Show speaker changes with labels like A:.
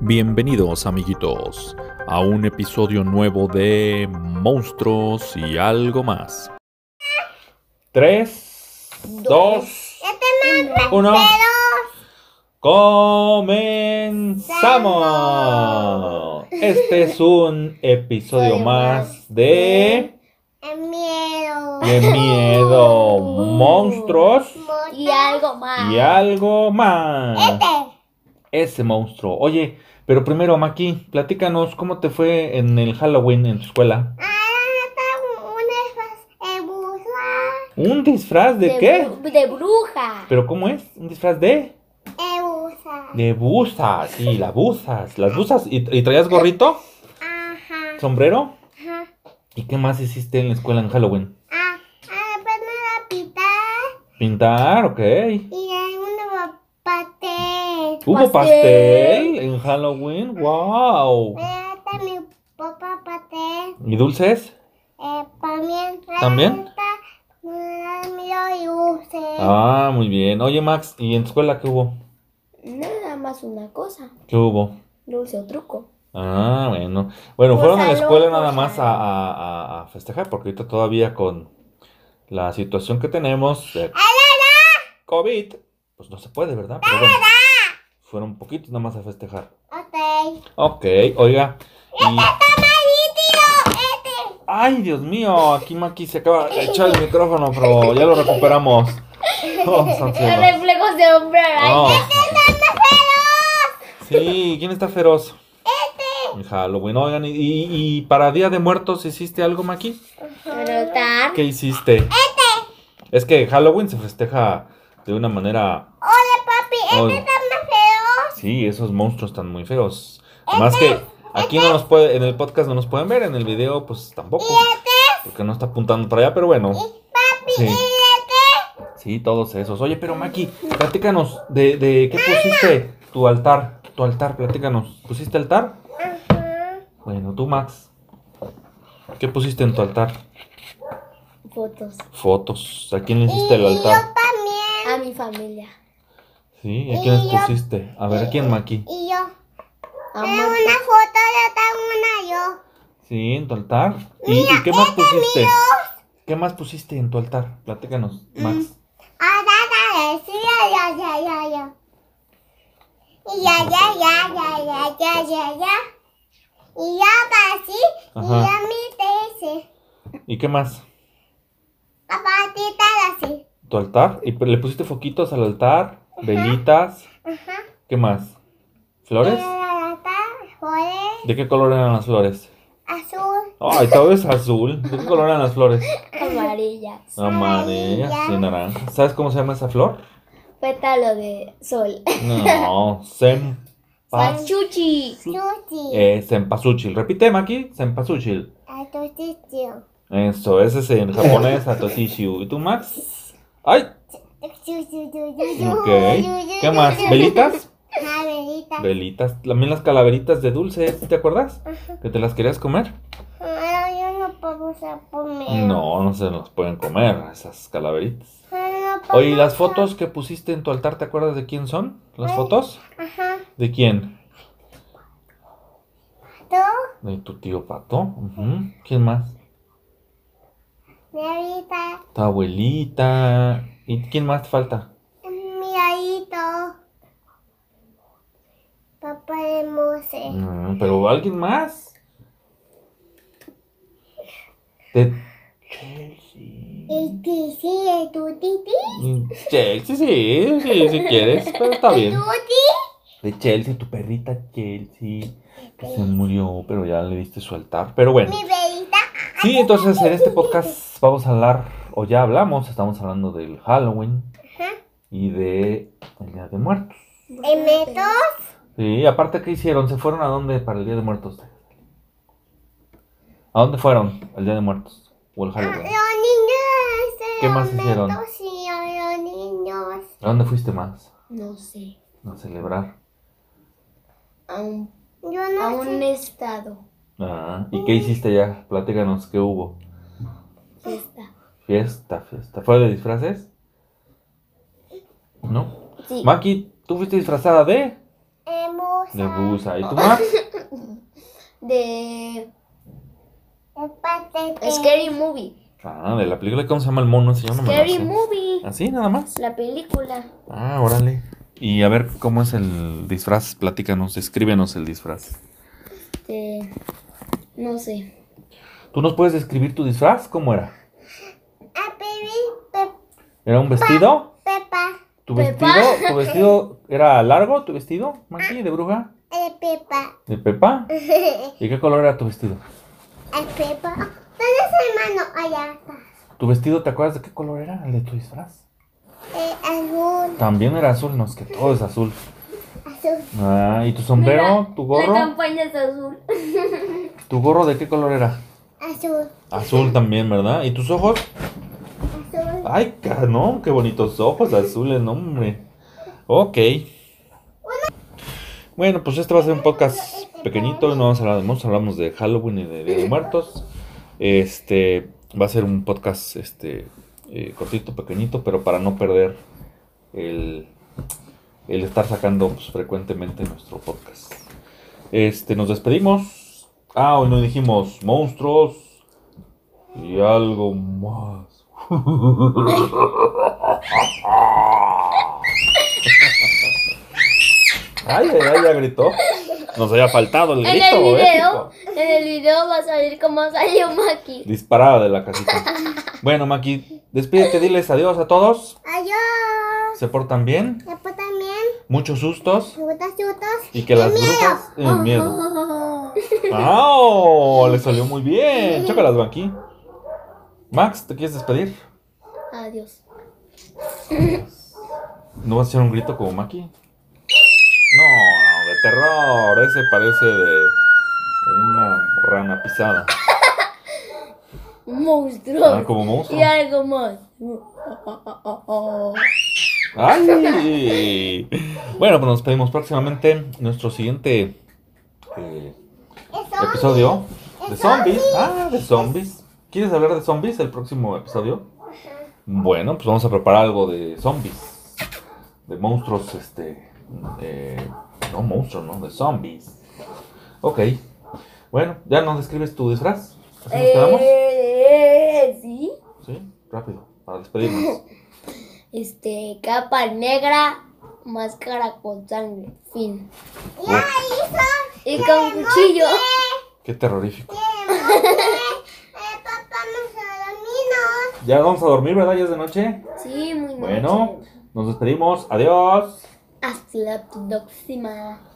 A: Bienvenidos amiguitos a un episodio nuevo de Monstruos y algo más. 3, 2, 1. Comenzamos. Este es un episodio más de,
B: El miedo.
A: de miedo, monstruos
B: Y algo más.
A: y algo más.
B: Este.
A: Ese monstruo. Oye, pero primero Maki, platícanos cómo te fue en el Halloween en tu escuela.
B: Ah, está un esfas- eh, busa-
A: ¿Un disfraz de qué?
C: bru- de bruja.
A: ¿Pero cómo es? ¿Un disfraz de?
B: eh, busa.
A: De busas, sí, la busas, las busas. ¿Y, y traías gorrito?
B: Ajá.
A: ¿Sombrero?
B: Ajá.
A: ¿Y qué más hiciste en la escuela en Halloween?
B: Ah, ah, aprende a pintar
A: Pintar, ok.
B: y hay un nuevo papel.
A: ¿Hubo pastel
C: Pastel.
A: en Halloween? ¡Wow!
B: Mira, está mi papá papel.
A: ¿Y dulces?
B: Eh, también.
A: ¿También?
B: Mira, y use.
A: Ah, muy bien. Oye, Max, ¿y en tu escuela qué hubo?
C: Nada más una cosa.
A: ¿Qué hubo?
C: Dulce o truco.
A: Ah, bueno. Bueno,
C: Pues
A: fueron a la
C: al
A: escuela
C: otro,
A: nada más a,
C: ajá.
A: a- a- a festejar, porque ahorita todavía con la situación que tenemos de COVID, pues no se puede, ¿verdad? Pero bueno, fueron poquitos nada más a festejar.
B: Ok.
A: Ok, oiga. y-
C: Este.
A: Ay, Dios mío, aquí Maki se acaba de echar el micrófono, pero ya lo recuperamos. Oh, santo Dios.
C: Reflejos de hombre
A: No.
C: araña.
A: este Sí, ¿quién está feroz? Este. Halloween, oigan, y, y- y para Día de Muertos hiciste algo, Maki?
C: Anotar.
A: ¿Qué hiciste? Este. Es que Halloween se festeja de una manera.
B: Hola, papi.
A: Hola.
B: Este está más feo.
A: Sí, esos monstruos están muy feos. Más que aquí no nos puede, en el podcast no nos pueden ver, en el video pues tampoco. Porque no está apuntando para allá, pero bueno. Sí. Sí, todos esos. Oye, pero Maki, platícanos de, de qué pusiste tu altar, tu altar, platícanos. ¿Pusiste altar?
B: Ajá.
A: Bueno, tú Max. ¿Qué pusiste en tu altar?
C: Fotos.
A: Fotos. ¿A quién le
B: Y
A: hiciste Este el
B: yo
A: altar?
B: también.
C: A mi familia.
A: Sí, ¿a quién les
B: y yo-
A: pusiste? A ver, ¿a quién Maki?
B: Y yo.
C: A
B: Tengo
C: muerte.
B: una foto, yo tengo una yo.
A: Sí, en tu altar. ¿Y, y qué más pusiste? ¿Qué más pusiste en tu altar? Platícanos, Max.
B: Ahora dale, sí, Ah, ya, ya, ya, ya, ya. Y ya, ya, ya, ya, ya, ya, ya, ya. Y ya va así, y
A: Ajá.
B: ya mi dice.
A: ¿Y qué más?
B: Papá, ti así.
A: ¿Tu altar? ¿Y le pusiste foquitos al altar? ¿Velitas?
B: Ajá. Eh.
A: ¿Qué más? ¿Flores?
B: Era la tal, flores,
A: ¿De qué color eran las flores?
B: azul,
A: Ay, todo es azul. ¿De qué color eran las flores?
C: Amarillas.
A: Amarillas y naranja. ¿Sabes cómo se llama esa flor?
C: Pétalo de sol.
A: No, sempa...
C: Pachuchi.
B: sushi,
A: Eh, sempasuchil. Repite, Maki. Sempasuchil.
B: a tu sitio.
A: Eso, ese es en japonés, atoshishu. ¿Y tú, Max? ¡Ay! Ok. ¿Qué más? ¿Velitas?
B: Ajá, velitas.
A: Velitas. También las calaveritas de dulce, ¿sí ¿te acuerdas? ¿Que te las querías comer?
B: Ahora yo no puedo usar pomelo.
A: No, no se las pueden comer, esas calaveritas.
B: Ahora no
A: Oye, ¿y
B: puedo
A: las
B: usar-
A: fotos que pusiste en tu altar, ¿te acuerdas de quién son? ¿Las
B: Ay.
A: fotos?
B: Ajá.
A: ¿De quién?
B: Tú,
A: ¿De tu tío Pato? Ujú. ¿Quién más?
B: Nevita,
A: Tu abuelita. ¿Y quién más te falta?
B: mi ahijito, papá de Mose,
A: Mm, Pero alguien más. De
B: y Titi, y tu Titi,
A: Chelsea, mm, sí, sí, si quieres, pero está bien.
B: Tuti,
A: De Chelsea, tu perrita Chelsea, que se murió, pero ya le diste su altar. Pero bueno,
B: mi velita,
A: sí, entonces en este podcast vamos a hablar, o ya hablamos, estamos hablando del Halloween y de el Día de Muertos.
B: el meto,
A: Sí, aparte, ¿qué hicieron? ¿Se fueron a dónde para el Día de Muertos? ¿A dónde fueron el Día de Muertos? ¿O el
B: ah, los
A: Halloween?
B: niños, eh,
A: ¿Qué
B: los
A: más hicieron?
B: metos y a los niños,
A: ¿A dónde fuiste más
C: No sé.
A: a celebrar?
C: A un,
B: yo
C: a
B: no
C: un
B: sé,
C: estado.
A: Ah, ¿Y qué hiciste ya? Platícanos, ¿qué hubo?
C: Fiesta.
A: Fiesta, fiesta. ¿Fue de disfraces? ¿No?
C: Sí.
A: Maki, ¿tú fuiste disfrazada de?
B: eh, busa.
A: De busa. ¿Y tú, Max?
C: De
B: De patete.
C: Scary Movie.
A: Ah, de la película, ¿cómo se llama el mono? Se llama
C: Scary Movie.
A: Así, ¿Ah, nada más.
C: La película.
A: Ah, órale. Y a ver, ¿cómo es el disfraz? Platícanos, escríbenos el disfraz.
C: De... No sé.
A: ¿Tú nos puedes describir tu disfraz? ¿Cómo era?
B: A Pibi, Ah, Pe-
A: ¿Era un vestido?
B: Pepa.
A: ¿Tu
C: Pepa.
A: vestido? ¿Tu vestido era largo? ¿Tu vestido, Maki, de bruja?
B: El eh, Pepa.
A: ¿De Pepa? ¿Y qué color era tu vestido?
B: El Pepa. ¿Dónde es el mano? Allá está.
A: ¿Tu vestido te acuerdas de qué color era el de tu disfraz?
B: Eh, azul.
A: También era azul, no es que todo es azul.
B: Azul.
A: Ah, ¿y tu sombrero?
C: Mira,
A: ¿Tu
C: La
A: gorro?
C: campaña es azul.
A: ¿Tu gorro de qué color era?
B: Azul.
A: Azul también, ¿verdad? ¿Y tus ojos?
B: Azul.
A: Ay, ca- no, qué bonitos ojos azules, no, hombre. Ok. Bueno, pues este va a ser un podcast pequeñito. No vamos a hablar de monstruos, hablamos de Halloween y de Día de Muertos. Este va a ser un podcast este eh, cortito, pequeñito, pero para no perder el, el estar sacando pues, frecuentemente nuestro podcast. Este, nos despedimos. Ah, hoy nos dijimos monstruos y algo más. Ay, ay, ay, ya gritó. Nos había faltado el
C: En
A: grito. eh.
C: el video,
A: épico.
C: en el video va a salir como salió Maki.
A: Disparada de la casita. Bueno, Maki, despídete, diles adiós a todos.
B: Adiós.
A: Se portan bien.
B: Después también.
A: Muchos sustos.
B: Chutas, chutas.
A: Y que las
B: miedo.
A: brujas. El miedo. ¡Wow! Le salió muy bien. Chócalas, Maki. Max, ¿te quieres despedir?
C: Adiós.
A: ¿No vas a hacer un grito como Maki? No, de terror. Ese parece de una rana pisada.
C: Monstruos.
A: Ah, como monstruo.
C: Y algo más.
A: ¡Ay! Bueno, pues nos pedimos próximamente nuestro siguiente eh,
B: Eso.
A: episodio de zombies. Ah, de zombies. ¿Quieres hablar de zombies el próximo episodio? Bueno, pues vamos a preparar algo de zombies. De monstruos, este. eh, no monstruos, no, de zombies. Ok. Bueno, ¿ya nos describes tu disfraz? ¿Así nos quedamos?
C: Eh, sí.
A: Sí, rápido, para despedirnos.
C: Este, capa negra, máscara con sangre. Fin.
A: Oh,
C: Y con cuchillo.
A: ¡Qué terrorífico!
B: Eh, papá, nos dormimos.
A: Ya vamos a dormir, ¿verdad? Ya es de noche.
C: Sí, muy
A: Bueno, nos despedimos. Adiós.
C: Hasta la próxima.